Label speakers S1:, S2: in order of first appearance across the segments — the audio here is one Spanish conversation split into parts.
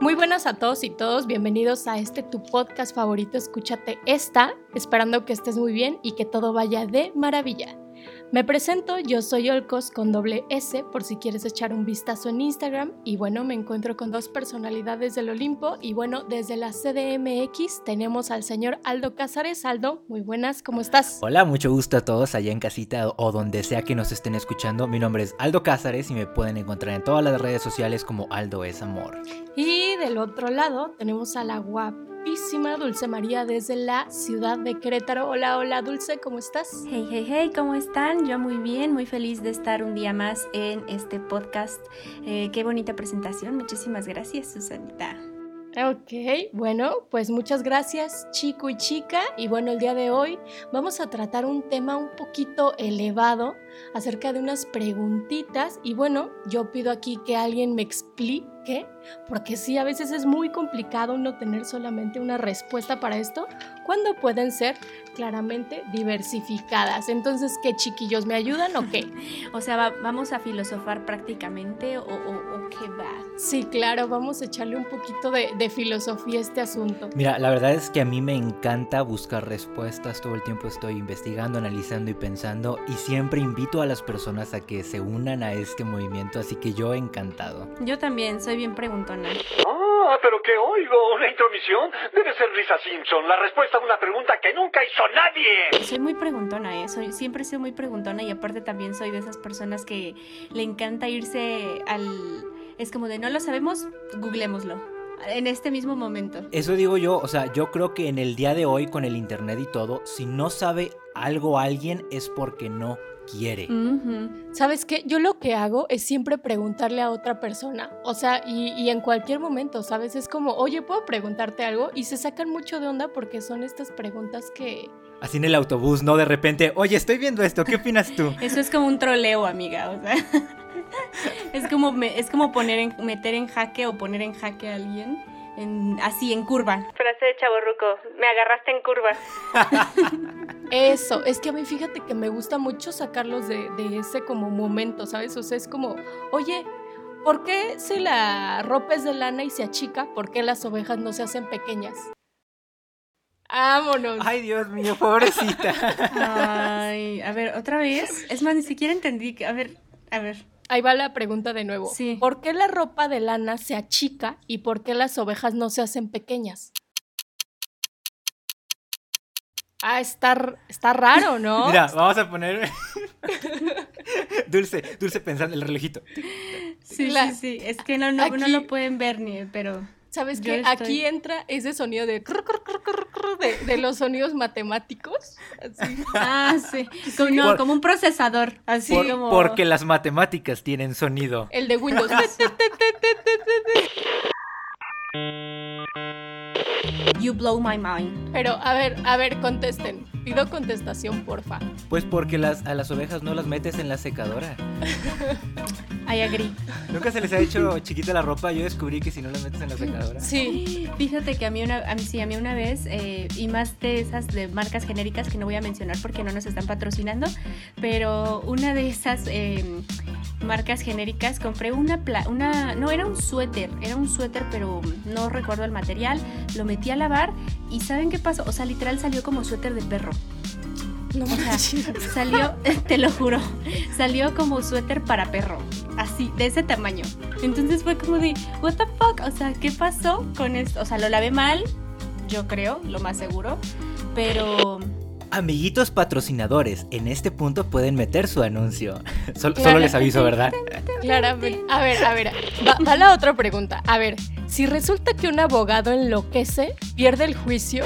S1: Muy buenas a todos y todos, bienvenidos a este tu podcast favorito, escúchate esta, esperando que estés muy bien y que todo vaya de maravilla. Me presento, yo soy Olcos con doble S por si quieres echar un vistazo en Instagram y bueno, me encuentro con dos personalidades del Olimpo y bueno, desde la CDMX tenemos al señor Aldo Cázares. Aldo, muy buenas, ¿cómo estás?
S2: Hola, mucho gusto a todos allá en casita o donde sea que nos estén escuchando. Mi nombre es Aldo Cázares y me pueden encontrar en todas las redes sociales como Aldo es Amor.
S1: Y del otro lado tenemos a la guapísima Dulce María desde la ciudad de Querétaro. Hola, hola Dulce, ¿cómo estás?
S3: Hey, hey, hey, ¿cómo están? Yo muy bien, muy feliz de estar un día más en este podcast. Eh, qué bonita presentación, muchísimas gracias Susanita.
S1: Ok, bueno, pues muchas gracias chico y chica. Y bueno, el día de hoy vamos a tratar un tema un poquito elevado acerca de unas preguntitas. Y bueno, yo pido aquí que alguien me explique, porque sí, a veces es muy complicado no tener solamente una respuesta para esto, cuando pueden ser claramente diversificadas. Entonces, ¿qué chiquillos me ayudan o qué?
S3: o sea, va, vamos a filosofar prácticamente o, o, o qué va.
S1: Sí, claro, vamos a echarle un poquito de, de filosofía a este asunto.
S2: Mira, la verdad es que a mí me encanta buscar respuestas, todo el tiempo estoy investigando, analizando y pensando y siempre invito a las personas a que se unan a este movimiento, así que yo encantado.
S3: Yo también, soy bien preguntona.
S4: Ah, pero que oigo, una intromisión. Debe ser Lisa Simpson, la respuesta a una pregunta que nunca hizo nadie.
S3: Soy muy preguntona, ¿eh? Soy, siempre he sido muy preguntona y aparte también soy de esas personas que le encanta irse al... Es como de no lo sabemos, googlémoslo en este mismo momento.
S2: Eso digo yo, o sea, yo creo que en el día de hoy con el internet y todo, si no sabe algo alguien es porque no quiere.
S3: Mm.
S1: Uh -huh. ¿Sabes qué? Yo lo que hago es siempre preguntarle a otra persona, o sea, y, y, en cualquier momento, ¿sabes? Es como, oye, ¿puedo preguntarte algo? Y se sacan mucho de onda porque son estas preguntas que...
S2: Así en el autobús, ¿no? De repente, oye, estoy viendo esto, ¿qué opinas tú?
S3: Eso es como un troleo, amiga, o sea... es como, me, es como poner en, meter en jaque o poner en jaque a alguien. En, así, en curva.
S5: Frase de chaborruco, me agarraste en curva.
S1: Eso, es que a mí fíjate que me gusta mucho sacarlos de, de ese como momento, ¿sabes? O sea, es como, oye, ¿por qué si la ropa es de lana y se achica, por qué las ovejas no se hacen pequeñas? Vámonos.
S2: Ay, Dios mío, pobrecita.
S3: Ay, a ver, otra vez. Es más, ni siquiera entendí. Que, a ver, a ver.
S1: Ahí va la pregunta de nuevo.
S3: Sí.
S1: ¿Por qué la ropa de lana se achica y por qué las ovejas no se hacen pequeñas? Ah, está, está raro, ¿no?
S2: Mira, vamos a poner. dulce, dulce pensando el relojito.
S3: Sí, la... sí, sí. Es que no, no, Aquí... no lo pueden ver ni, pero.
S1: ¿Sabes qué? Estoy... Aquí entra ese sonido de, crur, crur, crur, de, de, los sonidos matemáticos. Así.
S3: Ah, sí. Como, sí. No, por, como un procesador. Así
S2: por,
S3: como...
S2: Porque las matemáticas tienen sonido.
S1: El de Windows.
S3: You blow my mind.
S1: Pero a ver, a ver, contesten. Pido contestación, porfa.
S2: Pues porque las, a las ovejas no las metes en la secadora.
S3: I agree.
S2: Nunca se les ha hecho chiquita la ropa. Yo descubrí que si no la metes en la secadora.
S1: Sí.
S3: Fíjate que a mí una, a mí, sí, a mí una vez, eh, y más de esas de marcas genéricas que no voy a mencionar porque no nos están patrocinando, pero una de esas eh, marcas genéricas compré una, pla una. No, era un suéter. Era un suéter, pero no recuerdo el material. Lo metí a lavar y ¿saben qué pasó? O sea, literal salió como suéter de perro. No, o sea, salió, te lo juro, salió como suéter para perro, así, de ese tamaño. Entonces fue como de, what the fuck, o sea, ¿qué pasó con esto? O sea, lo lavé mal, yo creo, lo más seguro, pero...
S2: Amiguitos patrocinadores, en este punto pueden meter su anuncio. Sol, solo les aviso, ¿verdad?
S1: Claramente. A ver, a ver, va, va la otra pregunta. A ver, si resulta que un abogado enloquece, pierde el juicio,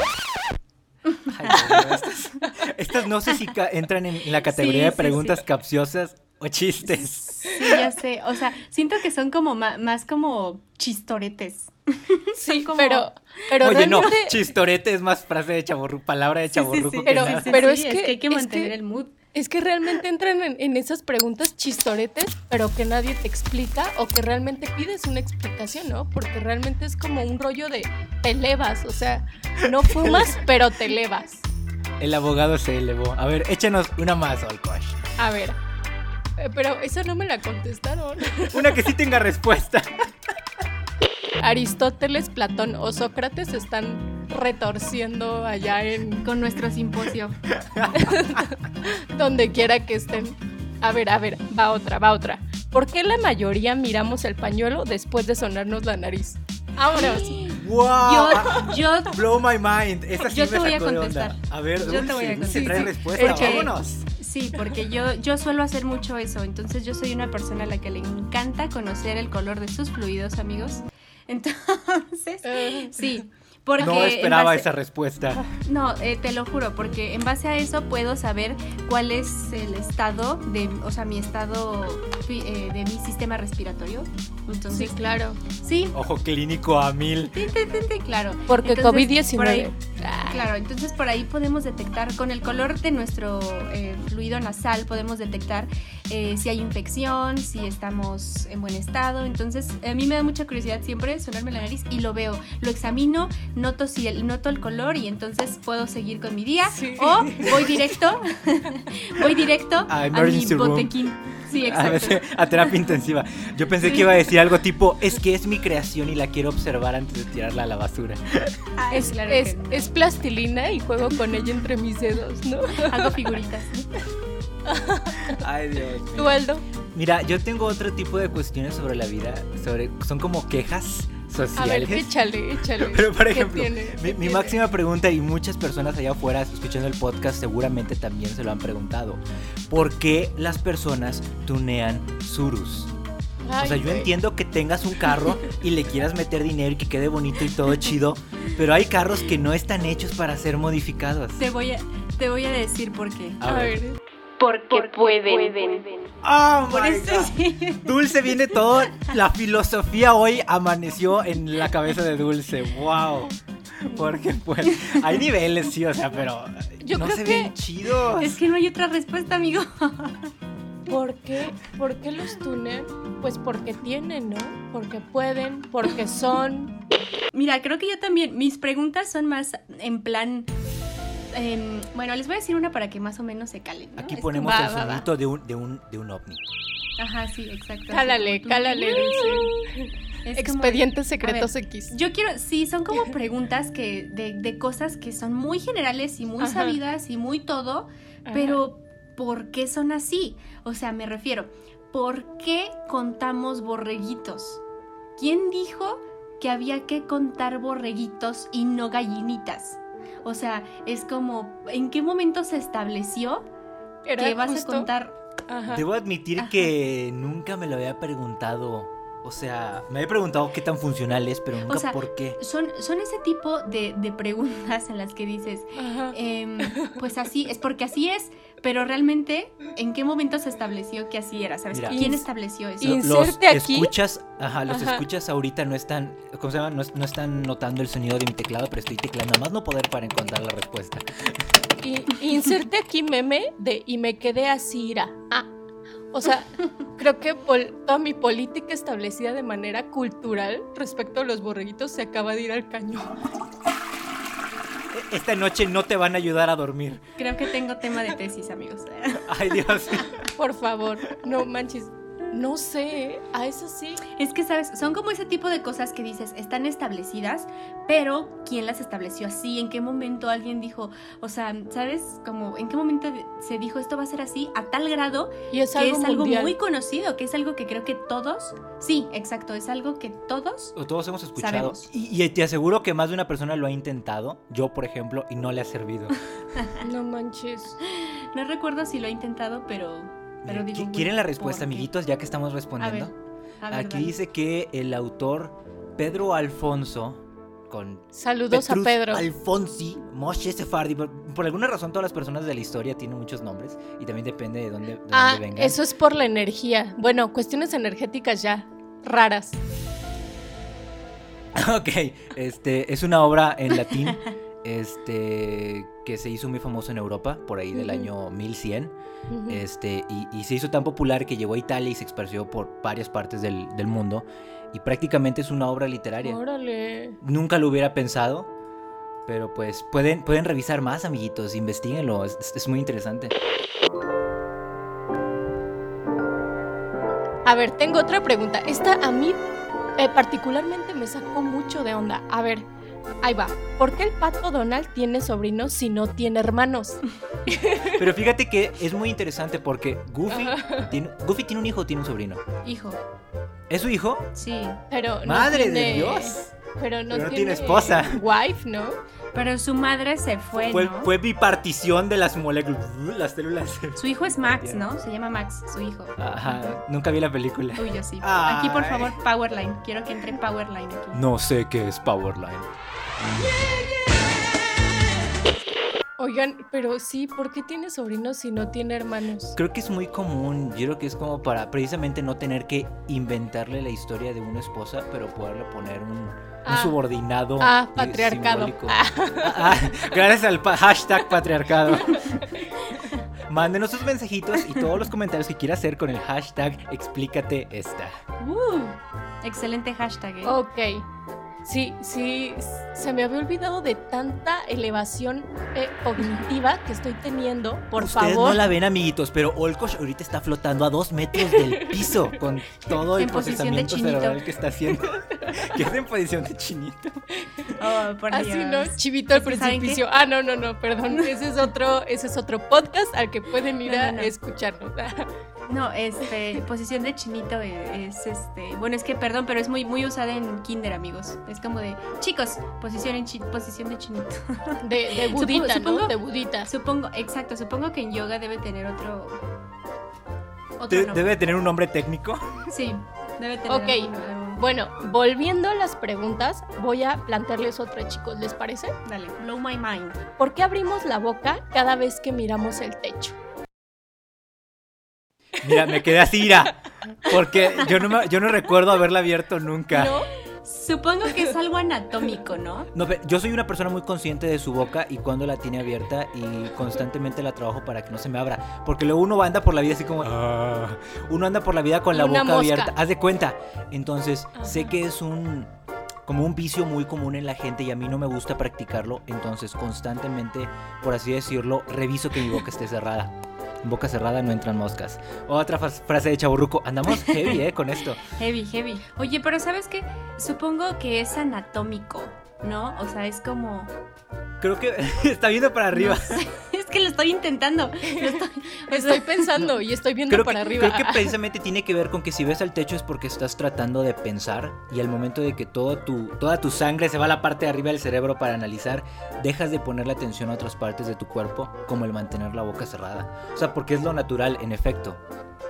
S2: Ay, no, estas, estas, no sé si entran en la categoría sí, de preguntas sí, sí. capciosas o chistes.
S3: Sí, ya sé. O sea, siento que son como más como chistoretes.
S1: Sí, como... pero, pero
S2: Oye, realmente... no, chistorete es más frase de chaborru, palabra de chaborruco.
S1: pero, pero es, que,
S3: es, que, hay que mantener
S1: es que,
S3: el mood.
S1: Es que realmente entran en, en esas preguntas chistoretes, pero que nadie te explica o que realmente pides una explicación, ¿no? Porque realmente es como un rollo de te elevas, o sea, no fumas, pero te elevas.
S2: El abogado se elevó. A ver, échenos una más, Olcosh.
S1: A ver, eh, pero esa no me la contestaron.
S2: Una que sí tenga respuesta.
S1: Aristóteles, Platón o Sócrates están retorciendo allá en
S3: Con nuestro simposio.
S1: donde quiera que estén. A ver, a ver, va otra, va otra. ¿Por qué la mayoría miramos el pañuelo después de sonarnos la nariz? Vámonos.
S3: Ah.
S2: ¡Wow!
S3: Yo, yo
S2: Blow my mind. Esa sí
S3: Yo
S2: me
S3: te voy a
S2: sacó de
S3: contestar.
S2: onda. A ver,
S3: Yo
S2: Dulce,
S3: te voy a
S2: Dulce,
S3: contestar.
S2: trae
S3: Sí, sí.
S2: respuesta.
S3: Porque-
S2: Vámonos.
S3: Sí, porque yo, yo suelo hacer mucho eso. Entonces yo soy una persona a la que le encanta conocer el color de sus fluidos, amigos. Entonces,
S1: Eh,
S3: sí. Porque
S2: No
S3: en
S2: esperaba
S3: base-
S2: esa respuesta.
S3: No, eh, te lo juro, porque en base a eso puedo saber cuál es el estado de, o sea, mi estado fi- eh, de mi sistema respiratorio.
S1: sí,
S3: Entonces,
S1: claro.
S3: sí,
S2: Ojo clínico a mil.
S3: sí, sí, sí, sí, claro.
S1: Porque Ah.
S3: Entonces, por ahí-
S1: COVID-19.
S3: Claro, entonces por ahí podemos detectar, con el color de nuestro eh, fluido nasal, podemos detectar eh, si hay infección, si estamos en buen estado. Entonces a mí me da mucha curiosidad siempre sonarme la nariz y lo veo, lo examino, noto, si el, noto el color y entonces puedo seguir con mi día
S1: Sí.
S3: o voy directo, voy directo
S2: A
S3: a, mi
S2: emergency room. Ah,
S3: botequín. Sí,
S2: A,
S3: exacto.
S2: veces- a terapia intensiva. Yo pensé que
S3: Sí.
S2: iba a decir algo tipo, es que es mi creación y la quiero observar antes de tirarla a la basura.
S3: Ay,
S1: Es,
S3: Ah, claro
S1: es-
S3: que no.
S1: es plastilina y juego con ella entre mis dedos, ¿no?
S3: Hago figuritas.
S2: Ay, Dios. mío.
S1: ¿Tú, Aldo?
S2: Mira, yo tengo otro tipo de cuestiones sobre la vida, sobre son como quejas
S1: A ver,
S2: sociales.
S1: échale, échale.
S2: Pero, por
S1: ¿Qué
S2: ejemplo,
S1: tiene? ¿Qué
S2: Mi, mi
S1: tiene?
S2: máxima pregunta, y muchas personas allá afuera escuchando el podcast seguramente también se lo han preguntado, ¿por qué las personas tunean surus? o
S1: Ay,
S2: sea, yo
S1: güey.
S2: entiendo que tengas un carro y le quieras meter dinero y que quede bonito y todo chido, pero hay carros que no están hechos para ser modificados.
S3: Te voy a, te voy a decir por qué.
S1: A ver.
S5: Porque, pueden.
S2: ¡Oh,
S3: Por
S2: my
S3: eso
S2: God!
S3: sí.
S2: Dulce viene todo. La filosofía hoy amaneció en la cabeza de Dulce. ¡Wow! Porque pues hay niveles, sí, o sea, pero
S1: Yo
S2: no
S1: creo
S2: se
S1: que-
S2: ven chidos.
S3: Es que no hay otra respuesta, amigo.
S1: ¿Por qué? ¿Por qué los tunen? Pues porque tienen, ¿no? Porque pueden, porque son.
S3: Mira, creo que yo también. Mis preguntas son más en plan. em, bueno, les voy a decir una para que más o menos se calen. ¿no?
S2: Aquí
S3: Es
S2: ponemos
S3: como-
S2: el
S3: va, va, va.
S2: sonito de un, de, un, de un ovni.
S3: Ajá, sí, exacto.
S1: Cálale, cálale, Dulce.
S3: Es como-
S1: Expedientes
S3: secretos
S1: secretos X.
S3: Yo quiero, sí, son como preguntas que de, de cosas que son muy generales y muy
S1: Ajá.
S3: sabidas y muy todo, pero ¿por qué son así? O sea, me refiero, ¿por qué contamos borreguitos? ¿Quién dijo que había que contar borreguitos y no gallinitas? O sea, es como, ¿en qué momento se estableció
S1: Era
S3: que vas
S1: justo-
S3: a contar Ah.
S1: Ajá.
S2: Debo admitir que nunca me lo había preguntado. O sea, me había preguntado qué tan funcional es, pero nunca
S3: sea,
S2: por qué.
S3: son, son ese tipo de, de preguntas en las que dices,
S1: Ajá.
S3: em, pues así es, porque así es, pero realmente, ¿en qué momento se estableció que así era? ¿Sabes?
S2: Mira.
S3: ¿Quién
S1: Ins-
S3: estableció eso?
S1: ins-
S2: Los
S1: inserte aquí.
S2: escuchas, ajá, los
S1: Ajá.
S2: escuchas ahorita no están, ¿cómo se llama? No, no están notando el sonido de mi teclado, pero estoy teclando a más no poder para encontrar la respuesta.
S1: Y- inserte aquí meme de y me quedé así ira. Ah. O sea, creo que pol- toda mi política establecida de manera cultural respecto a los borreguitos se acaba de ir al cañón.
S2: E- Esta noche no te van a ayudar a dormir.
S3: Creo que tengo tema de tesis, amigos.
S2: Ay, Dios.
S1: Por favor, no manches. No sé, ¿eh? a eso sí.
S3: Es que, ¿sabes? Son como ese tipo de cosas que dices, están establecidas, pero ¿quién las estableció así? ¿En qué momento alguien dijo? O sea, ¿sabes? Como, ¿en qué momento se dijo esto va a ser así a tal grado
S1: Y es
S3: que
S1: algo,
S3: es algo
S1: mundial.
S3: muy conocido, que es algo que creo que todos, sí, exacto, es algo que todos
S2: O Todos hemos escuchado.
S3: Sabemos.
S2: Y, y te aseguro que más de una persona lo ha intentado. Yo, por ejemplo, y no le ha servido.
S1: No manches.
S3: No recuerdo si lo he intentado, pero. pero
S2: Miren,
S3: digo,
S2: Eh, ¿qui-
S3: güey,
S2: ¿Quieren la respuesta,
S3: ¿por qué?
S2: amiguitos? Ya que estamos
S3: A ver.
S2: respondiendo.
S3: a ver,
S2: Aquí
S3: dale.
S2: dice que el autor Pedro Alfonso, con
S1: Saludos
S2: Petrus
S1: a Pedro.
S2: Alfonsi, Moshe Sefardi. Por, por alguna razón, todas las personas de la historia tienen muchos nombres y también depende de dónde, de dónde
S1: Ah,
S2: vengan.
S1: eso es por la energía. Bueno, cuestiones energéticas ya raras.
S2: Ok, este, es una obra en latín este, que se hizo muy famoso en Europa, por ahí del
S1: Ujú.
S2: año 1100.
S1: Ujú.
S2: Este, y, y se hizo tan popular que llegó a Italia y se esparció por varias partes del, del mundo. Y prácticamente es una obra literaria.
S1: Órale.
S2: Nunca lo hubiera pensado. Pero pues pueden, pueden revisar más, amiguitos. Investíguenlo. Es, es- es muy interesante.
S1: A ver, tengo otra pregunta. Esta a mí eh, particularmente me sacó mucho de onda. A ver, ahí va. ¿Por qué el pato Donald tiene sobrinos si no tiene hermanos?
S2: Pero fíjate que es muy interesante porque Goofy tiene, Goofy tiene un hijo o tiene un sobrino.
S3: Hijo,
S2: ¿Es su hijo?
S3: sí.
S1: Pero no
S2: ¡Madre de
S1: tiene-
S2: Dios!
S1: Pero no,
S2: Pero no tiene esposa.
S1: Wife, ¿no?
S3: Pero su madre se fue,
S2: Fue,
S3: ¿no?
S2: fue bipartición de las moléculas, las células.
S3: Su hijo es Max, ¿no? Se llama Max, su hijo.
S2: Ajá, nunca vi la película.
S3: Uy, yo sí.
S2: Ay.
S3: Aquí, por favor, Powerline. Quiero que entre Powerline aquí.
S2: No sé qué es Powerline.
S1: Oigan, pero sí, ¿por qué tiene sobrinos si no tiene hermanos?
S2: Creo que es muy común, yo creo que es como para precisamente no tener que inventarle la historia de una esposa, pero poderle poner un, un
S1: Ah.
S2: subordinado.
S1: Ah,
S2: eh,
S1: patriarcado.
S2: simbólico. Ah, gracias al pa- hashtag patriarcado. Mándenos sus mensajitos y todos los comentarios que quiera hacer con el hashtag explícate esta.
S3: Uh, excelente hashtag, ¿eh?
S1: Ok. Sí, sí, s- se me había olvidado de tanta elevación eh, cognitiva que estoy teniendo. Por
S2: Ustedes
S1: favor.
S2: no la ven, amiguitos, pero Olkosh ahorita está flotando a dos metros del piso con todo el
S3: En posición de
S2: procesamiento
S3: chinito.
S2: cerebral que está haciendo. que es en posición de chinito.
S3: Oh, por
S1: Así
S3: Dios.
S1: no, chivito al
S3: Es que, ¿saben
S1: precipicio. Ah, no, no, no, perdón. Ese es otro, ese es otro podcast al que pueden ir
S3: No,
S1: a
S3: no, no.
S1: escucharnos.
S3: No, este, posición de chinito eh, es este. Bueno, es que perdón, pero es muy, muy usada en kinder, amigos. Es como de, chicos, posición en chi- posición de chinito.
S1: De, de budita, ¿no?
S3: supongo-
S1: De budita.
S3: Supongo, exacto, supongo que en yoga debe tener otro.
S1: Pues
S3: Otro
S2: De-
S3: nombre.
S2: Debe de tener un nombre técnico.
S3: Sí, debe tener.
S1: Ok.
S3: algún- algún-
S1: Bueno, volviendo a las preguntas, voy a plantearles otra, chicos, ¿les parece?
S3: Dale, blow my mind.
S1: ¿Por qué abrimos la boca cada vez que miramos el techo?
S2: Mira, me quedé así, ira. Porque yo no, me- yo no recuerdo haberla abierto nunca.
S1: ¿No?
S3: Supongo que es algo anatómico, ¿no?
S2: No, pero yo soy una persona muy consciente de su boca y cuando la tiene abierta y constantemente la trabajo para que no se me abra. Porque luego uno anda por la vida así como... "Ah". Uno anda por la vida con la
S1: Una
S2: boca
S1: mosca.
S2: abierta. Haz de cuenta. Entonces,
S1: Ajá.
S2: sé que es un... Como un vicio muy común en la gente y a mí no me gusta practicarlo. Entonces, constantemente, por así decirlo, reviso que mi boca esté cerrada. En boca cerrada no entran moscas. Otra fas- frase de chaburruco. Andamos heavy, ¿eh? Con esto.
S3: Heavy, heavy. Oye, pero ¿sabes qué? Supongo que es anatómico, ¿no? O sea, es como.
S2: Creo que está viendo para arriba.
S3: No sé, es que lo estoy intentando. Lo estoy, o sea,
S1: Estoy pensando y estoy viendo
S2: creo
S1: para
S2: que,
S1: arriba.
S2: creo que precisamente tiene que ver con que si ves al techo es porque estás tratando de pensar y al momento de que todo tu, toda tu sangre se va a la parte de arriba del cerebro para analizar, dejas de ponerle atención a otras partes de tu cuerpo, como el mantener la boca cerrada. O sea, porque es lo natural, en efecto.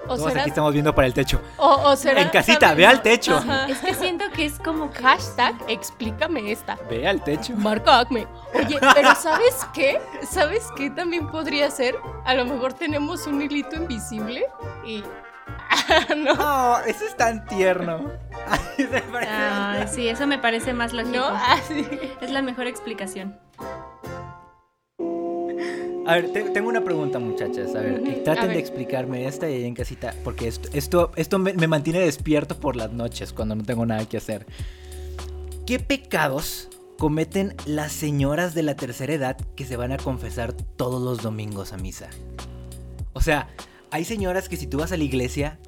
S1: o
S2: Todos
S1: será,
S2: aquí estamos viendo para el techo.
S1: o, o será-
S2: en casita,
S1: ¿saben?
S2: ve al techo.
S1: Ajá.
S3: es que siento que es como que-
S1: Hashtag, explícame esta.
S2: Ve al techo.
S1: Marca Acme. Oye, pero ¿sabes qué? ¿Sabes qué también podría ser? A lo mejor tenemos un hilito invisible y. ¿No?
S2: Oh, eso es tan tierno. Ay, se parece-
S3: Ay, Ah, sí, eso me parece más lógico.
S1: ¿No? Ah. Así.
S3: Es la mejor explicación.
S2: A ver, te- tengo una pregunta, muchachas. A ver,
S1: Ujú,
S2: y
S1: a
S2: traten
S1: ver.
S2: de explicarme esta y ahí en casita, porque esto, esto, esto me, me mantiene despierto por las noches cuando no tengo nada que hacer. ¿Qué pecados cometen las señoras de la tercera edad que se van a confesar todos los domingos a misa? O sea, hay señoras que si tú vas a la iglesia,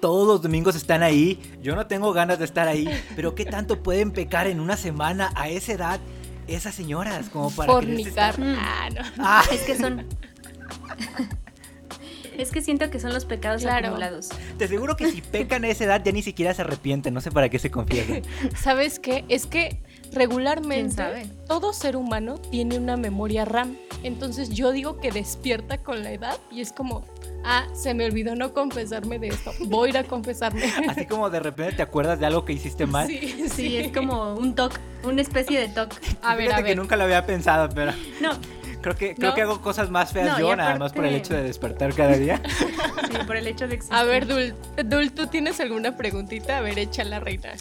S2: todos los domingos están ahí. Yo no tengo ganas de estar ahí, pero ¿qué tanto pueden pecar en una semana a esa edad esas señoras? Como para que les esté-
S1: Fornicar.
S3: Mm.
S1: Ah, no.
S2: Ah.
S3: Es que son. es que siento que son los pecados
S1: Claro.
S3: acumulados.
S2: Te aseguro que si pecan a esa edad ya ni siquiera se arrepienten, no sé para qué se confiesan.
S1: ¿Sabes qué? Es que
S3: ¿Quién
S1: regularmente
S3: sabe?
S1: todo ser humano tiene una memoria RAM. Entonces yo digo que despierta con la edad y es como, ah, se me olvidó no confesarme de esto. Voy a ir a confesarme.
S2: Así como de repente te acuerdas de algo que hiciste mal.
S1: Sí, sí,
S3: Sí, es como un toc, una especie de toc.
S1: A ver, a
S2: Fíjate que
S1: ver.
S2: nunca lo había pensado, pero
S3: No,
S2: creo que creo
S1: ¿No?
S2: que hago cosas más feas
S3: No, y
S2: yo nada más por el
S3: aparte-
S2: hecho de despertar cada día.
S3: sí, por el hecho de existir.
S1: A ver, Dul, Dul, ¿tú tienes alguna preguntita? A ver, échala, reina.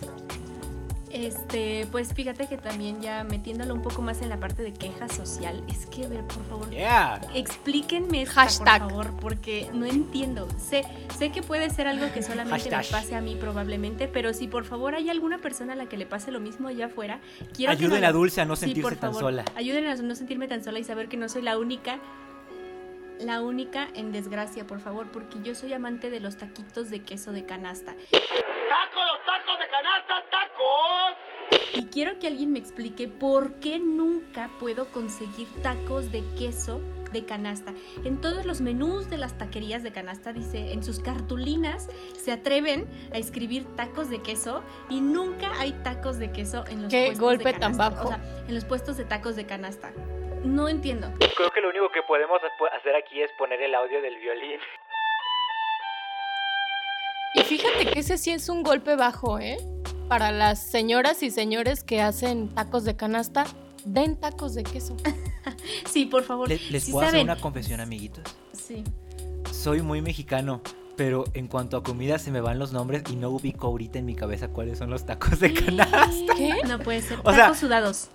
S3: Este, pues fíjate que también ya metiéndolo un poco más en la parte de queja social, es que, a ver, por favor,
S2: Yeah.
S3: explíquenme esta,
S1: Hashtag.
S3: por favor, porque no entiendo. Sé, sé que puede ser algo que solamente me
S2: Hashtag.
S3: pase a mí probablemente, pero si por favor hay alguna persona a la que le pase lo mismo allá afuera, quiero que
S2: Ayuden
S3: me-
S2: a Dulce a no
S3: Sí,
S2: sentirse
S3: por
S2: tan
S3: favor,
S2: sola.
S3: Ayuden a no sentirme tan sola y saber que no soy la única la única en desgracia, por favor, porque yo soy amante de los taquitos de queso de canasta.
S4: ¡Taco, los tacos de canasta, taco!
S3: quiero que alguien me explique por qué nunca puedo conseguir tacos de queso de canasta. En todos los menús de las taquerías de canasta, dice, en sus cartulinas se atreven a escribir tacos de queso y nunca hay tacos de queso en los
S1: Qué
S3: puestos
S1: golpe
S3: de
S1: tan
S3: canasta.
S1: bajo.
S3: O sea, en los puestos de tacos de canasta. No entiendo.
S2: Creo que lo único que podemos hacer aquí es poner el audio del violín.
S1: Y fíjate que ese sí es un golpe bajo, ¿eh? Para las señoras y señores que hacen tacos de canasta, den tacos de queso.
S3: Sí, por favor.
S2: ¿Les,
S3: sí
S2: puedo hacer
S3: saben.
S2: una confesión, amiguitos?
S3: Sí.
S2: Soy muy mexicano, pero en cuanto a comida se me van los nombres y no ubico ahorita en mi cabeza cuáles son los tacos de canasta.
S1: ¿Qué?
S3: No puede ser.
S2: O sea-
S3: tacos sudados.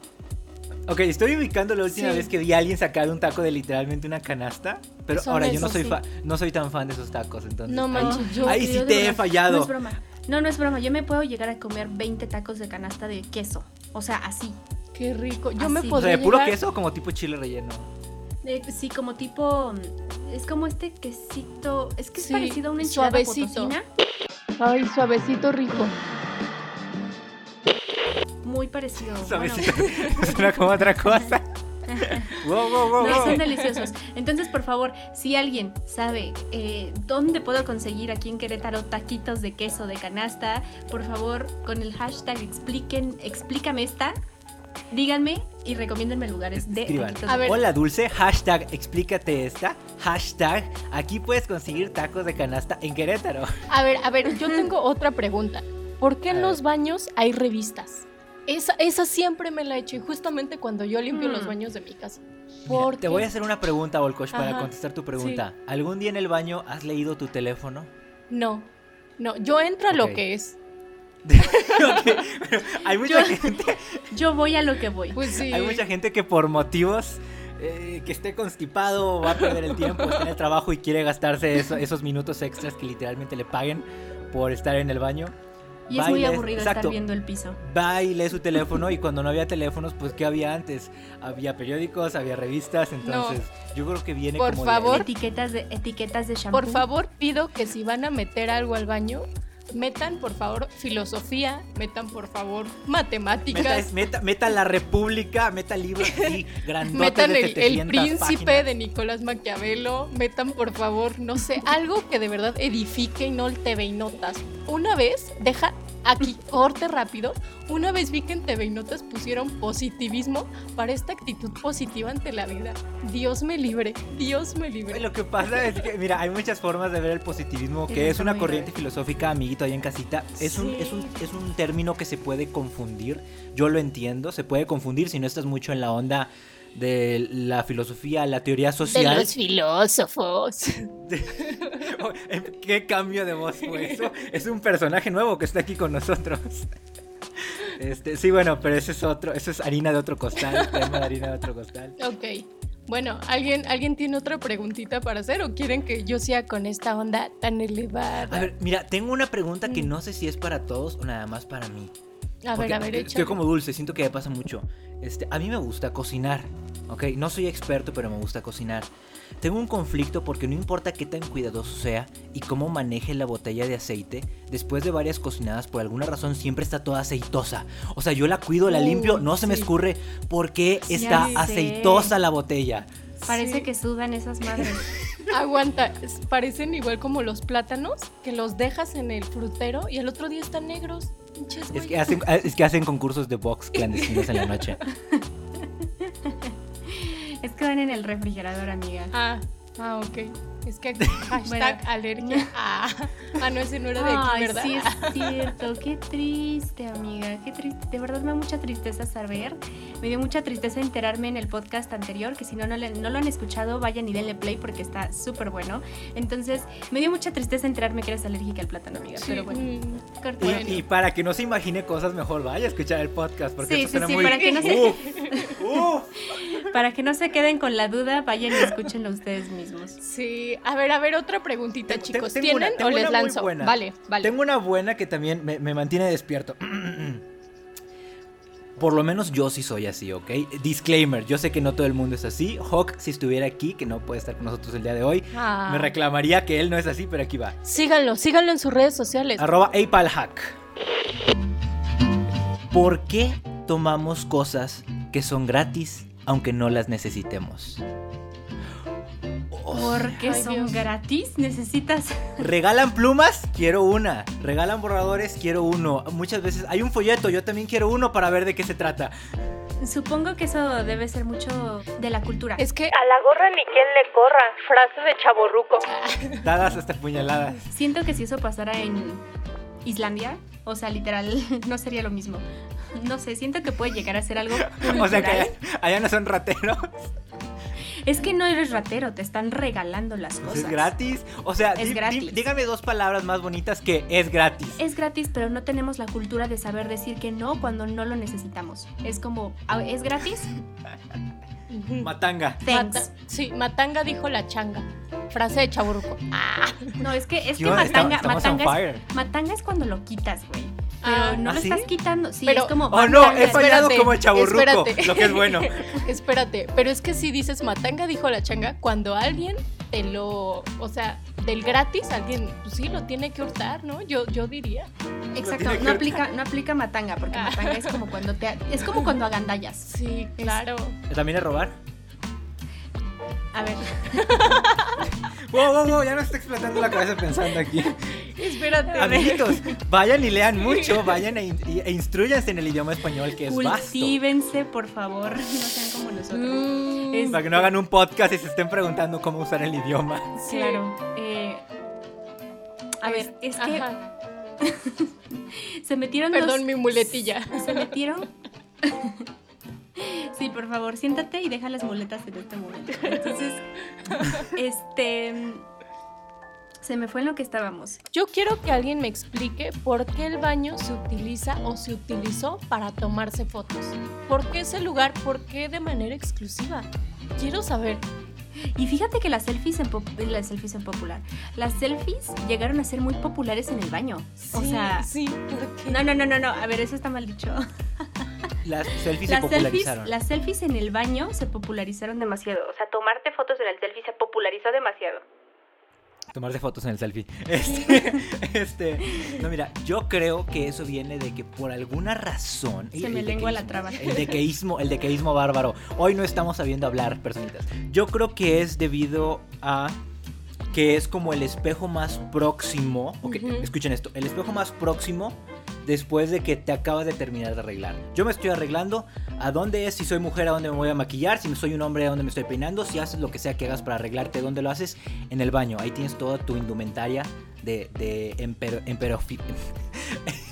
S2: Ok, estoy ubicando la última
S1: Sí.
S2: vez que vi a alguien sacar un taco de literalmente una canasta, pero
S1: Son
S2: ahora yo no
S1: esos,
S2: soy
S1: sí.
S2: fa- no soy tan fan de esos tacos, entonces.
S1: No
S2: ahí-
S1: manches, yo.
S2: ahí
S3: Yo
S2: sí
S3: de
S2: te he
S3: verdad, No
S2: fallado.
S3: es broma. No, no es broma. Yo me puedo llegar a comer 20 tacos de canasta de queso. O sea, así.
S1: Qué rico. Yo me
S3: Así.
S2: o sea,
S1: podría
S2: de puro
S1: llevar-
S2: queso o como tipo chile relleno.
S3: Eh, sí, como tipo. mm, Es como este quesito. Es que
S1: Sí,
S3: es parecido a una enchilada
S1: suavecito.
S3: potosina.
S1: Ay, suavecito rico.
S3: Muy parecido.
S2: ¿Sabes?
S3: Bueno,
S2: Suena como otra cosa. wow, wow, wow,
S3: no,
S2: wow.
S3: son deliciosos. Entonces, por favor, si alguien sabe eh, dónde puedo conseguir aquí en Querétaro taquitos de queso de canasta, por favor, con el hashtag expliquen, explícame esta, díganme y recomiéndenme lugares de
S2: Escriban.
S3: taquitos.
S1: A ver.
S2: Hola Dulce, hashtag explícate esta, hashtag aquí puedes conseguir tacos de canasta en Querétaro.
S1: A ver, a ver, yo tengo otra pregunta. ¿Por qué
S2: A
S1: en
S2: ver.
S1: los baños hay revistas? Esa, esa siempre me la he hecho y justamente cuando yo limpio
S3: Mm.
S1: los baños de mi casa.
S2: Mira,
S1: ¿Por
S2: te
S1: qué?
S2: voy a hacer una pregunta, Volkosh, para
S1: Ajá,
S2: contestar tu pregunta. ¿Algún día en el baño has leído tu teléfono?
S1: No, no, yo entro a
S2: Ok.
S1: lo que es.
S2: Ok, pero hay, mucha gente,
S3: Yo voy a lo que voy.
S1: Pues sí.
S2: hay mucha gente que por motivos eh, que esté constipado va a perder el tiempo, está en el trabajo y quiere gastarse eso- esos minutos extras que literalmente le paguen por estar en el baño.
S3: Y es
S2: Va
S3: muy
S2: lees-
S3: aburrido
S2: exacto,
S3: estar viendo el piso.
S2: Va y lee su teléfono y cuando no había teléfonos, pues ¿qué había antes? Había periódicos, había revistas, entonces yo creo que viene
S1: Por
S2: como...
S1: favor.
S2: De...
S3: Etiquetas de etiquetas de shampoo.
S1: Por favor, pido que si van a meter algo al baño, metan por favor filosofía, metan por favor
S2: Meta,
S1: matemáticas,
S2: es- meta, meta la República, meta libros así, grandotes
S1: metan
S2: este de
S1: el, el
S2: 700
S1: príncipe
S2: páginas.
S1: de Nicolás Maquiavelo, metan por favor, no sé, algo que de verdad edifique y no el TV y Notas. Una vez, deja aquí, corte rápido, una vez vi que en TV y Notas pusieron positivismo para esta actitud positiva ante la vida. Dios me libre, Dios me libre.
S2: Lo que pasa es que, mira, hay muchas formas de ver el positivismo,
S3: Sí,
S2: que es
S3: está
S2: una
S3: muy
S2: corriente
S3: bien.
S2: filosófica, amiguito, ahí en casita. Es, un,
S3: Sí.
S2: es, un, es un término que se puede confundir, yo lo entiendo, se puede confundir si no estás mucho en la onda de la filosofía, la teoría social.
S1: filósofos.
S2: Oh, em, ¿Qué cambio de voz fue eso? Es un personaje nuevo que está aquí con nosotros. Este, sí, bueno, pero ese es otro, eso es harina de otro costal, tema de harina de otro costal.
S1: Ok. Bueno, ¿alguien, ¿alguien tiene otra preguntita para hacer o quieren que yo sea con esta onda tan elevada?
S2: A ver, mira, tengo una pregunta que
S1: Mm.
S2: no sé si es para todos o nada más para mí.
S1: A ver,
S2: Porque eh,
S1: a ver,
S2: Estoy
S1: échale.
S2: como dulce, siento que me pasa mucho. Este, a mí me gusta cocinar, ¿ok? No soy experto, pero me gusta cocinar. Tengo un conflicto porque no importa qué tan cuidadoso sea y cómo maneje la botella de aceite, después de varias cocinadas, por alguna razón siempre está toda aceitosa. O sea, yo la cuido, la
S1: Uh,
S2: limpio, no se me
S1: sí.
S2: escurre porque
S3: Sí,
S2: está
S3: ya sé.
S2: aceitosa la botella.
S3: Parece
S1: Sí.
S3: que sudan esas madres.
S1: Aguanta, es- parecen igual como los plátanos que los dejas en el frutero y al otro día están negros. Pinches,
S2: Es
S1: güey.
S2: que hacen, ah, es que hacen concursos de box clandestinos en la noche.
S3: Es que van en el refrigerador, amiga.
S1: Ah, ah, ok. Es que hashtag alergia. Ah, ah, no, ese no era de aquí,
S3: Ay,
S1: ¿verdad? Ah,
S3: sí es cierto. Qué triste, amiga. Qué triste. De verdad me da mucha tristeza saber. Me dio mucha tristeza enterarme en el podcast anterior, que si no, no, le- no lo han escuchado, vayan y denle play porque está súper bueno. Entonces, me dio mucha tristeza enterarme que eres alérgica al plátano, amiga.
S1: Sí,
S3: Pero bueno,
S1: mm.
S2: Y,
S3: corta.
S1: Bueno.
S2: y para que no se imagine cosas mejor, vaya a escuchar el podcast porque
S3: Sí,
S2: eso
S3: sí,
S2: suena
S3: sí,
S2: muy-
S3: para que no se-
S2: Uf, uf.
S3: Para que no se queden con la duda, vayan y escúchenlo ustedes mismos.
S1: Sí, a ver, a ver, otra preguntita,
S2: Tengo-
S1: chicos.
S2: tengo una-
S1: ¿Tienen
S2: tengo
S1: o les
S2: una muy
S1: lanzo?
S2: buena.
S1: Vale, vale.
S2: Tengo una buena que también me, me mantiene despierto. Por lo menos yo sí soy así, ¿ok? Disclaimer, yo sé que no todo el mundo es así. Hawk, si estuviera aquí, que no puede estar con nosotros el día de hoy,
S1: Ah.
S2: me reclamaría que él no es así, pero aquí va.
S1: Síganlo, síganlo en sus redes sociales.
S2: Arroba apalhack. ¿Por qué tomamos cosas que son gratis aunque no las necesitemos. O sea,
S3: Porque
S1: Ay,
S3: son
S1: Dios.
S3: gratis, necesitas.
S2: ¿Regalan plumas? Quiero una. ¿Regalan borradores? Quiero uno. Muchas veces hay un folleto, yo también quiero uno para ver de qué se trata.
S3: Supongo que eso debe ser mucho de la cultura.
S1: Es que
S5: A la gorra ni quien le corra. Frase de chaborruco.
S2: Dadas hasta puñaladas.
S3: Siento que si eso pasara en Islandia, o sea, literal, no sería lo mismo. No sé, siento que puede llegar a ser algo.
S2: O sea que
S3: cultural.
S2: allá, allá no son rateros,
S3: Es que no eres ratero, te están regalando las
S2: pues
S3: cosas.
S2: es gratis. O sea,
S3: Es
S2: di- di-
S3: gratis.
S2: dígame dos palabras más bonitas que es gratis.
S3: Es gratis, pero no tenemos la cultura de saber decir que no cuando no lo necesitamos. Es como, "Ah, ¿es gratis?
S1: ujú,
S2: Matanga.
S3: Thanks.
S1: mata- sí, Matanga dijo la changa. Frase de chaburruco. Ah,
S3: No, es que, es que
S2: Yo- esta-
S3: matanga,
S2: estamos on
S3: matanga,
S2: fire.
S3: es, matanga es cuando lo quitas, güey. Pero
S1: Ah,
S3: no
S2: ¿ah,
S3: lo
S2: sí?
S3: estás quitando. Sí,
S1: Pero-
S3: es como.
S2: Oh no, he
S3: matanga.
S2: fallado
S1: espérate,
S2: como el chaburruco,
S1: espérate.
S2: lo que es bueno.
S1: espérate, pero es que si dices Matanga dijo la changa, cuando alguien te lo. O sea, del gratis, alguien pues sí lo tiene que hurtar, ¿no? Yo, yo diría.
S2: tiene
S3: Exacto,
S2: que
S3: no
S2: ver.
S3: aplica, no aplica matanga, porque
S1: Ah.
S3: matanga es como cuando te. Es como cuando agandallas.
S1: Sí, claro.
S2: ¿También es robar?
S3: A ver,
S2: Wow, wow, wow, ya no está explotando la cabeza pensando aquí.
S1: Espérate.
S2: Amiguitos, vayan y lean mucho, vayan e, in- e instruyanse en el idioma español que es vasto.
S3: cultívense, por favor. No sean como nosotros.
S1: Mm,
S3: Es-
S2: Para que no hagan un podcast y se estén preguntando cómo usar el idioma.
S1: sí.
S3: Claro. eh, a ver, es que
S1: Ajá.
S3: se metieron dos-
S1: Perdón mi muletilla.
S3: Se metieron. Sí, por favor, siéntate y deja las muletas en este momento. Entonces, este. Se me fue en lo que estábamos.
S1: Yo quiero que alguien me explique por qué el baño se utiliza o se utilizó para tomarse fotos. ¿Por qué ese lugar? ¿Por qué de manera exclusiva? Quiero saber.
S3: Y fíjate que las selfies en, pop- eh, las selfies en popular. Las selfies llegaron a ser muy populares en el baño. o
S1: Sí,
S3: sea.
S1: sí, ¿por qué?
S3: No, no, no, no, no. A ver, eso está mal dicho.
S2: Las selfies se
S3: Las selfies,
S2: popularizaron.
S3: las selfies en el baño se popularizaron demasiado. O sea, tomarte fotos en el selfie se popularizó demasiado.
S2: Tomarse fotos en el selfie. Este, este, no, mira, yo creo que eso viene de que por alguna razón.
S3: Se
S2: el
S3: me lengua la
S2: dequeísmo,
S3: traba.
S2: El dequeísmo, el dequeísmo bárbaro. Hoy no estamos sabiendo hablar, personitas. Yo creo que es debido a que es como el espejo más próximo. Ok,
S1: Ujú.
S2: escuchen esto. El espejo más próximo después de que te acabas de terminar de arreglar. Yo me estoy arreglando. ¿A dónde es? Si soy mujer, ¿a dónde me voy a maquillar? Si soy un hombre, ¿a dónde me estoy peinando? Si haces lo que sea que hagas para arreglarte, ¿dónde lo haces? En el baño. Ahí tienes toda tu indumentaria de, de emper- emperofi-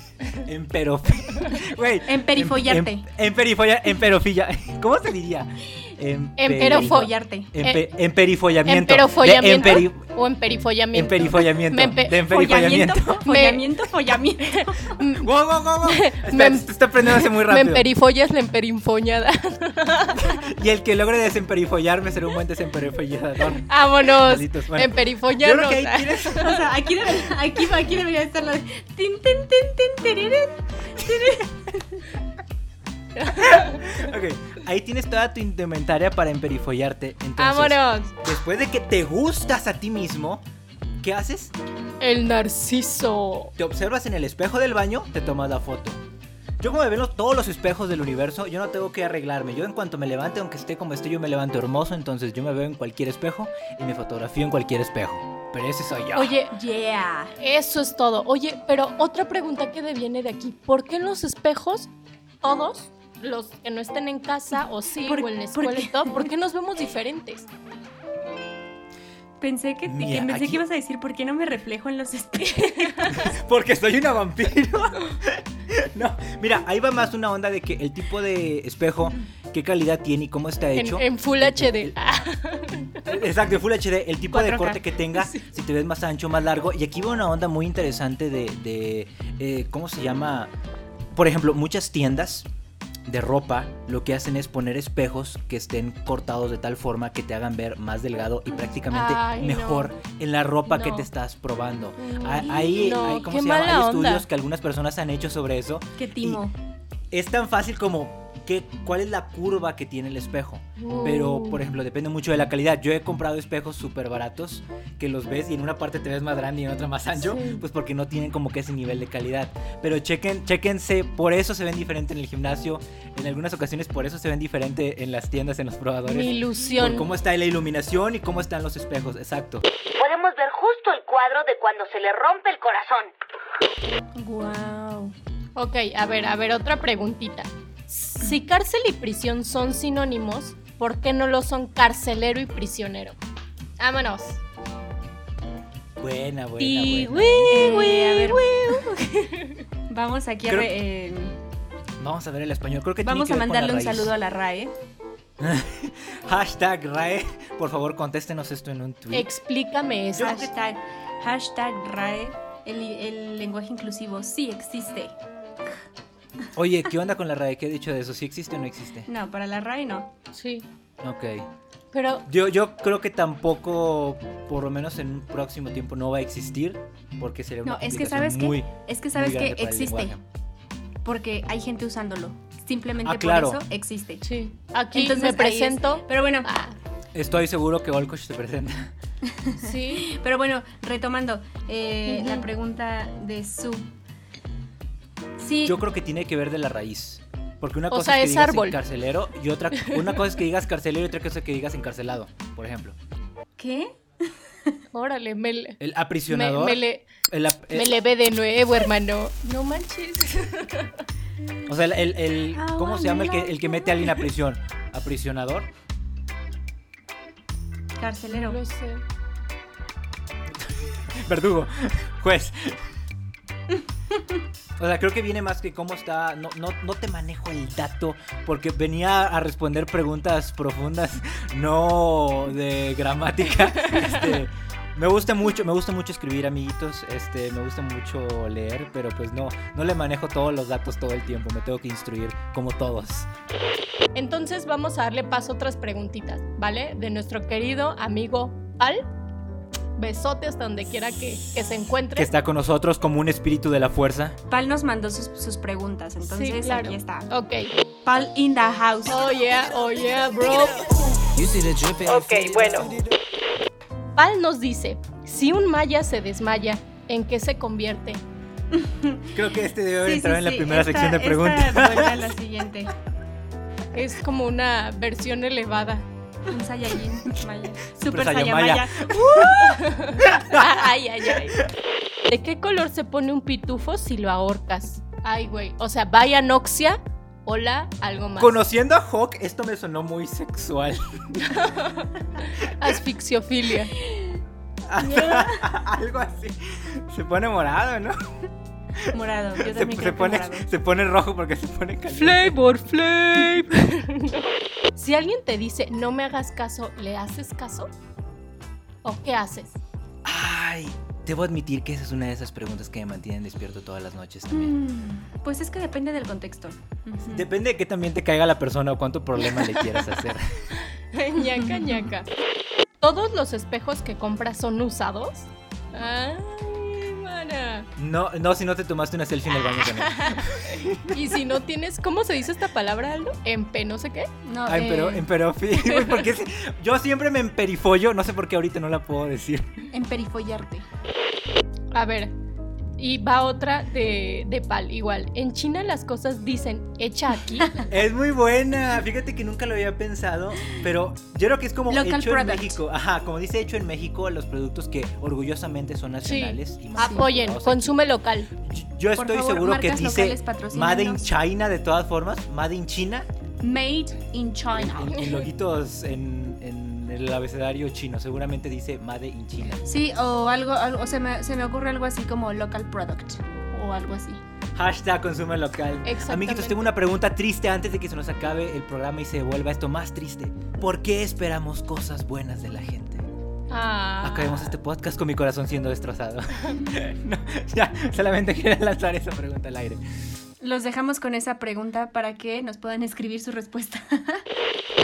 S2: emperofi- güey,
S3: Emperifollarte.
S2: em- emperifolla- Emperofilla. ¿Cómo se diría?
S1: Emperofo-
S2: Emperifollamiento.
S3: Follarte.
S2: Emperifollamiento. De
S1: eh, Emperofollamiento
S2: emperi-
S1: o emperifollamiento.
S2: Emperifollamiento.
S1: Me empe-
S2: de emperifollamiento.
S3: Follamiento, follamiento.
S1: Mm,
S2: Wow, wow, wow, wow.
S1: Me
S2: Está,
S1: em-
S2: está aprendiéndose muy
S1: Me
S2: rápido.
S1: emperifollas la emperinfollada.
S2: Y el que logre desemperifollarme será un buen desemperifollador.
S1: Vámonos.
S2: Malditos, bueno. Yo
S1: Emperifollanos.
S2: creo que ahí tienes.
S3: O sea, aquí debería, aquí, aquí debería estar la de tin, tin, tin, tin, tererén.
S2: ok, ahí tienes toda tu indumentaria para emperifollarte. Entonces,
S1: Vámonos.
S2: después de que te gustas a ti mismo, ¿qué haces?
S1: El narciso.
S2: Te observas en el espejo del baño, te tomas la foto. Yo como me ven los- todos los espejos del universo, yo no tengo que arreglarme. Yo en cuanto me levante, aunque esté como esté, yo me levanto hermoso, entonces yo me veo en cualquier espejo y me fotografío en cualquier espejo. Pero ese soy yo.
S1: Oye,
S3: Yeah.
S1: Eso es todo. Oye, pero otra pregunta que deviene de aquí. ¿Por qué en los espejos, todos, los que no estén en casa o sí,
S3: ¿Por-
S1: o en la
S3: por
S1: escuela
S3: qué?
S1: y todo, ¿por qué nos vemos diferentes?
S3: Pensé que, que
S2: Mira,
S3: pensé
S2: aquí-
S3: que ibas a decir por qué no me reflejo en los espejos.
S2: Porque soy una vampiro. No, mira, ahí va más una onda de que el tipo de espejo, qué calidad tiene y cómo está
S1: En,
S2: hecho.
S1: en Full HD. Ah,
S2: Exacto, Full HD, el tipo de
S3: 4K.
S2: corte que tenga, si te ves más ancho, más largo. Y aquí va una onda muy interesante de, de, eh, ¿cómo se llama? Por ejemplo, muchas tiendas de ropa lo que hacen es poner espejos que estén cortados de tal forma que te hagan ver más delgado y prácticamente
S1: Ay, no.
S2: mejor en la ropa que
S1: No.
S2: te estás probando.
S1: Mm.
S2: Ah, Hay,
S1: No,
S2: hay- ¿cómo
S1: qué
S2: se llama?
S1: mala
S2: Hay
S1: onda.
S2: estudios que algunas personas han hecho sobre eso
S3: Qué timo.
S2: es tan fácil como qué, cuál es la curva que tiene el espejo.
S1: Uh,
S2: Pero, por ejemplo, depende mucho de la calidad. Yo he comprado espejos súper baratos que los ves y en una parte te ves más grande y en otra más ancho,
S1: Sí.
S2: pues porque no tienen como que ese nivel de calidad. Pero chequen, chequense, por eso se ven diferente en el gimnasio. En algunas ocasiones, por eso se ven diferente en las tiendas, en los probadores.
S1: Mi
S2: Por
S1: ilusión.
S2: cómo está la iluminación y cómo están los espejos, exacto.
S6: Podemos ver justo el cuadro de cuando se le rompe el corazón.
S3: Wow.
S1: Ok, a ver, a ver, otra preguntita. Si cárcel y prisión son sinónimos, ¿por qué no lo son carcelero y prisionero? Vámonos.
S2: Buena, buena,
S1: Y
S2: buena.
S1: wi, wi,
S3: Eh, a ver.
S1: wi.
S3: Vamos aquí a,
S2: Creo-
S3: re- eh,
S2: Vamos a ver el español. Creo que tiene
S3: vamos
S2: que
S3: a
S2: ver con la
S3: mandarle un
S2: raíz.
S3: saludo a la RAE.
S2: Hashtag RAE. Por favor, contéstenos esto en un tweet.
S1: Explícame eso.
S3: Hashtag, hashtag RAE. El, el lenguaje inclusivo sí existe.
S2: Oye, ¿qué onda con la RAE? ¿Qué he dicho de eso? ¿Sí existe o no existe?
S3: No, para la RAE no.
S1: Sí.
S2: Ok.
S1: Pero
S2: Yo, yo creo que tampoco, por lo menos en un próximo tiempo, no va a existir. Porque sería una
S3: No, es que
S2: complicación
S3: sabes
S2: muy,
S3: que es que sabes
S2: muy
S3: que
S2: grande para el
S3: existe
S2: lenguaje.
S3: porque hay gente usándolo. Simplemente
S2: Ah, claro.
S3: por eso existe.
S1: sí, aquí
S3: Entonces,
S1: me
S3: ahí
S1: presento.
S3: Pero bueno,
S1: Ah,
S2: Estoy seguro que Olkosh se presenta.
S1: sí.
S3: pero bueno, retomando eh,
S1: Ujú.
S3: la pregunta de su. Sí,
S2: Yo creo que tiene que ver de la raíz. Porque una
S1: O
S2: cosa
S1: sea,
S2: es que
S1: es
S2: digas
S1: árbol.
S2: encarcelero y otra una cosa es que digas carcelero y otra cosa es que digas encarcelado, por ejemplo.
S3: ¿qué?
S1: Órale, me, le-
S2: El
S1: me,
S2: aprisionador.
S1: me le,
S2: el ap-
S1: me
S2: el-
S1: le ve de nuevo, hermano. No manches.
S2: O sea, el, el- el- ¿cómo se llama el que, el que mete a alguien a prisión? ¿Aprisionador?
S3: Carcelero.
S1: No sé.
S2: Verdugo, juez. O sea, creo que viene más que cómo está. No, no, no te manejo el dato porque venía a responder preguntas profundas, no de gramática. Este, me gusta mucho, me gusta mucho escribir, amiguitos. Este, me gusta mucho leer, pero pues no, no le manejo todos los datos todo el tiempo. Me tengo que instruir como todos.
S1: Entonces vamos a darle paso a otras preguntitas, ¿vale? De nuestro querido amigo Al. Besote hasta donde quiera que, que se encuentre.
S2: Que está con nosotros como un espíritu de la fuerza.
S3: Pal nos mandó sus, sus preguntas, entonces
S1: claro.
S3: aquí está.
S1: Ok.
S3: Pal in the house.
S1: Oh yeah, oh yeah, bro.
S5: Ok, bueno.
S1: Pal nos dice, si un maya se desmaya, ¿en qué se convierte?
S2: Creo que este debe
S3: Sí,
S2: entrar
S3: sí,
S2: en la
S3: sí,
S2: primera
S3: esta-
S2: sección de preguntas.
S3: Esta vuelve a la siguiente.
S1: Es como una versión elevada.
S3: Un Saiyajin maya. Super
S2: Saiyamaya.
S3: Saiyamaya.
S1: Ah, ay, ay, ay. ¿De qué color se pone un pitufo si lo ahorcas? Ay, güey. O sea, vaya noxia, hola, algo más.
S2: Conociendo a Hawk, esto me sonó muy sexual.
S1: Asfixiofilia.
S2: Algo así. Se pone morado, ¿no?
S3: Morado. Yo
S2: Se,
S3: también
S2: se
S3: creo que
S2: pone,
S3: morado.
S2: se pone rojo porque se pone caliente.
S1: Flavor, flavor. si alguien te dice, no me hagas caso, ¿le haces caso? ¿O qué haces?
S2: Ay, debo admitir que esa es una de esas preguntas que me mantienen despierto todas las noches también.
S3: Mm, Pues es que depende del contexto. Ujú.
S2: Depende de qué también te caiga la persona o cuánto problema le quieras hacer.
S1: ñaca, ñaca. ¿Todos los espejos que compras son usados? Ay, mana.
S2: No, no si no te tomaste una selfie en el baño con él.
S1: Y si no tienes, ¿cómo se dice esta palabra, Aldo? Empe, no sé qué.
S3: No,
S2: Ay,
S3: eh,
S2: pero emperofi. güey, porque se- yo siempre me emperifollo, no sé por qué ahorita no la puedo decir.
S3: emperifollarte.
S1: A ver, y va otra de, de pal, igual. En China las cosas dicen, hecha aquí.
S2: Es muy buena. Fíjate que nunca lo había pensado, pero yo creo que es como
S3: Local
S2: hecho en
S3: product.
S2: México. Ajá, como dice hecho en México, los productos que orgullosamente son nacionales. y más
S1: Apoyen,
S2: valorados
S1: consume local.
S2: aquí. Yo- Yo
S3: Por
S2: estoy
S3: favor,
S2: seguro que
S3: marcas
S2: dice
S3: locales, patrocínenos.
S2: Made in China de todas formas, Made in China,
S3: Made in China.
S2: en, en logitos en, en el abecedario chino, seguramente dice Made in China.
S3: Sí, o algo, algo- o se, me, se me ocurre algo así como local product o algo así.
S2: Hashtag consume local.
S1: Exactamente.
S2: Amiguitos, tengo una pregunta triste antes de que se nos acabe el programa y se vuelva esto más triste. ¿Por qué esperamos cosas buenas de la gente?
S1: Ah.
S2: Acabemos este podcast con mi corazón siendo destrozado. No, ya, solamente quería lanzar esa pregunta al aire.
S3: Los dejamos con esa pregunta para que nos puedan escribir su respuesta.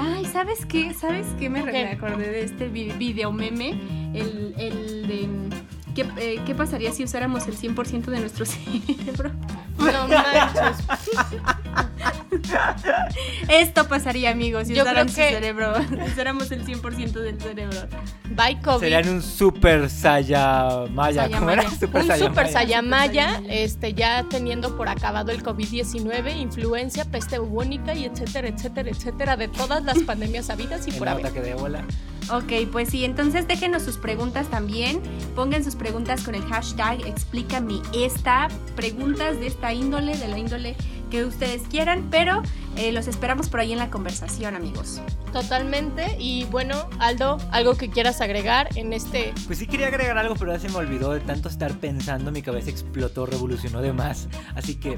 S3: Ay, ¿sabes qué? ¿Sabes qué? Me, re-
S1: ¿Qué?
S3: me acordé de este vi- video meme, el, el de... mm, ¿qué, eh, qué pasaría si usáramos el 100% de nuestro cerebro?
S1: No manches.
S3: Esto pasaría, amigos, si
S1: Yo
S3: usaran
S1: creo
S3: su
S1: que-
S3: cerebro. Usáramos el 100% del cerebro.
S1: Bye, COVID.
S2: Serían un super Sayamaya. ¿Cómo era?
S3: Sayamaya.
S1: un super
S2: Sayamaya.
S1: Sayamaya,
S3: Super Saiyamaya.
S1: este, ya teniendo por acabado el COVID-19, influencia, peste bubónica y etcétera, etcétera, etcétera, de todas las pandemias habidas y
S2: El
S1: por haber.
S2: ataque de bola.
S3: Ok, pues sí, entonces déjenos sus preguntas también. Pongan sus preguntas con el hashtag explícame esta. Preguntas de esta índole, de la índole que ustedes quieran, pero eh, los esperamos por ahí en la conversación, amigos.
S1: Totalmente. Y bueno, Aldo, algo que quieras agregar en este.
S2: Pues sí quería agregar algo, pero ya se me olvidó de tanto estar pensando, mi cabeza explotó, revolucionó de más. Así que,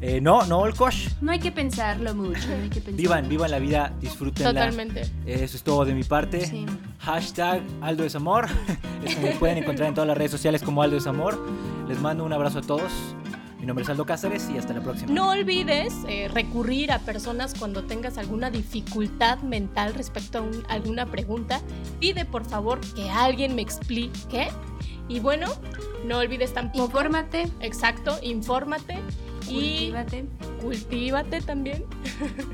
S2: eh, no, no, Olkosh.
S3: No hay que pensarlo mucho, no hay que pensarlo.
S2: Vivan, vivan la vida, disfrútenla.
S1: Totalmente.
S2: Eso es todo de mi parte.
S3: Sí.
S2: Hashtag Aldo es Amor. Eso me pueden encontrar en todas las redes sociales como Aldo es Amor. Les mando un abrazo a todos. Mi nombre es Aldo Cáceres y hasta la próxima.
S1: No olvides eh, recurrir a personas cuando tengas alguna dificultad mental respecto a un- alguna pregunta. Pide por favor que alguien me explique. Y bueno, no olvides tampoco.
S3: Infórmate,
S1: Exacto, infórmate y
S3: cultívate.
S1: cultívate también.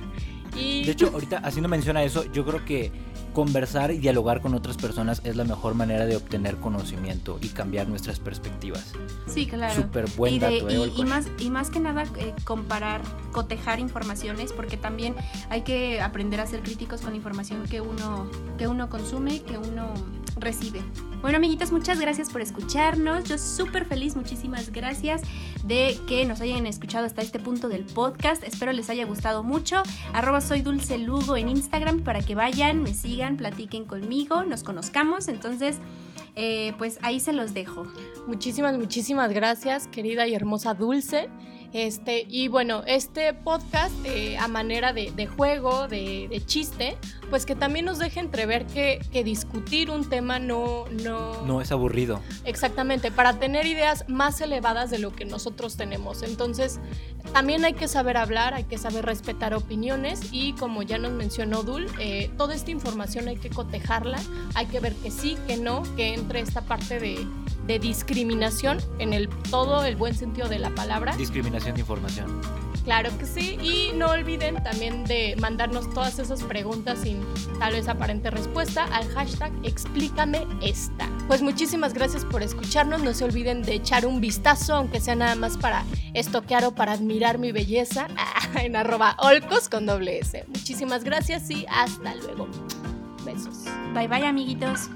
S1: y
S2: De hecho, ahorita haciendo mención a eso, yo creo que conversar y dialogar con otras personas es la mejor manera de obtener conocimiento y cambiar nuestras perspectivas.
S3: Sí, claro.
S2: Súper buen
S3: y, de-
S2: dato, eh,
S3: y- y,
S2: Olcor.
S3: más, y más que nada eh, comparar, cotejar informaciones, porque también hay que aprender a ser críticos con la información que uno, que uno consume, que uno recibe. Bueno, amiguitos, muchas gracias por escucharnos. Yo súper feliz, muchísimas gracias de que nos hayan escuchado hasta este punto del podcast. Espero les haya gustado mucho. Arroba soy Dulce Lugo en Instagram para que vayan, me sigan, platiquen conmigo, nos conozcamos. Entonces, eh, pues ahí se los dejo.
S1: Muchísimas, muchísimas gracias, querida y hermosa Dulce. Este, y bueno, este podcast eh, a manera de, de juego, de, de chiste, pues que también nos deje entrever que, que discutir un tema no, no...
S2: No es aburrido.
S1: Exactamente, para tener ideas más elevadas de lo que nosotros tenemos. Entonces, también hay que saber hablar, hay que saber respetar opiniones y como ya nos mencionó Dul, eh, toda esta información hay que cotejarla, hay que ver que sí, que no, que entre esta parte de, de discriminación en el todo el buen sentido de la palabra.
S2: Discriminación de información.
S1: Claro que sí, y no olviden también de mandarnos todas esas preguntas sin tal vez aparente respuesta al hashtag explícame esta. Pues muchísimas gracias por escucharnos, no se olviden de echar un vistazo, aunque sea nada más para estoquear o para admirar mi belleza, en arroba olcos con doble S. Muchísimas gracias y hasta luego. Besos.
S3: Bye bye amiguitos.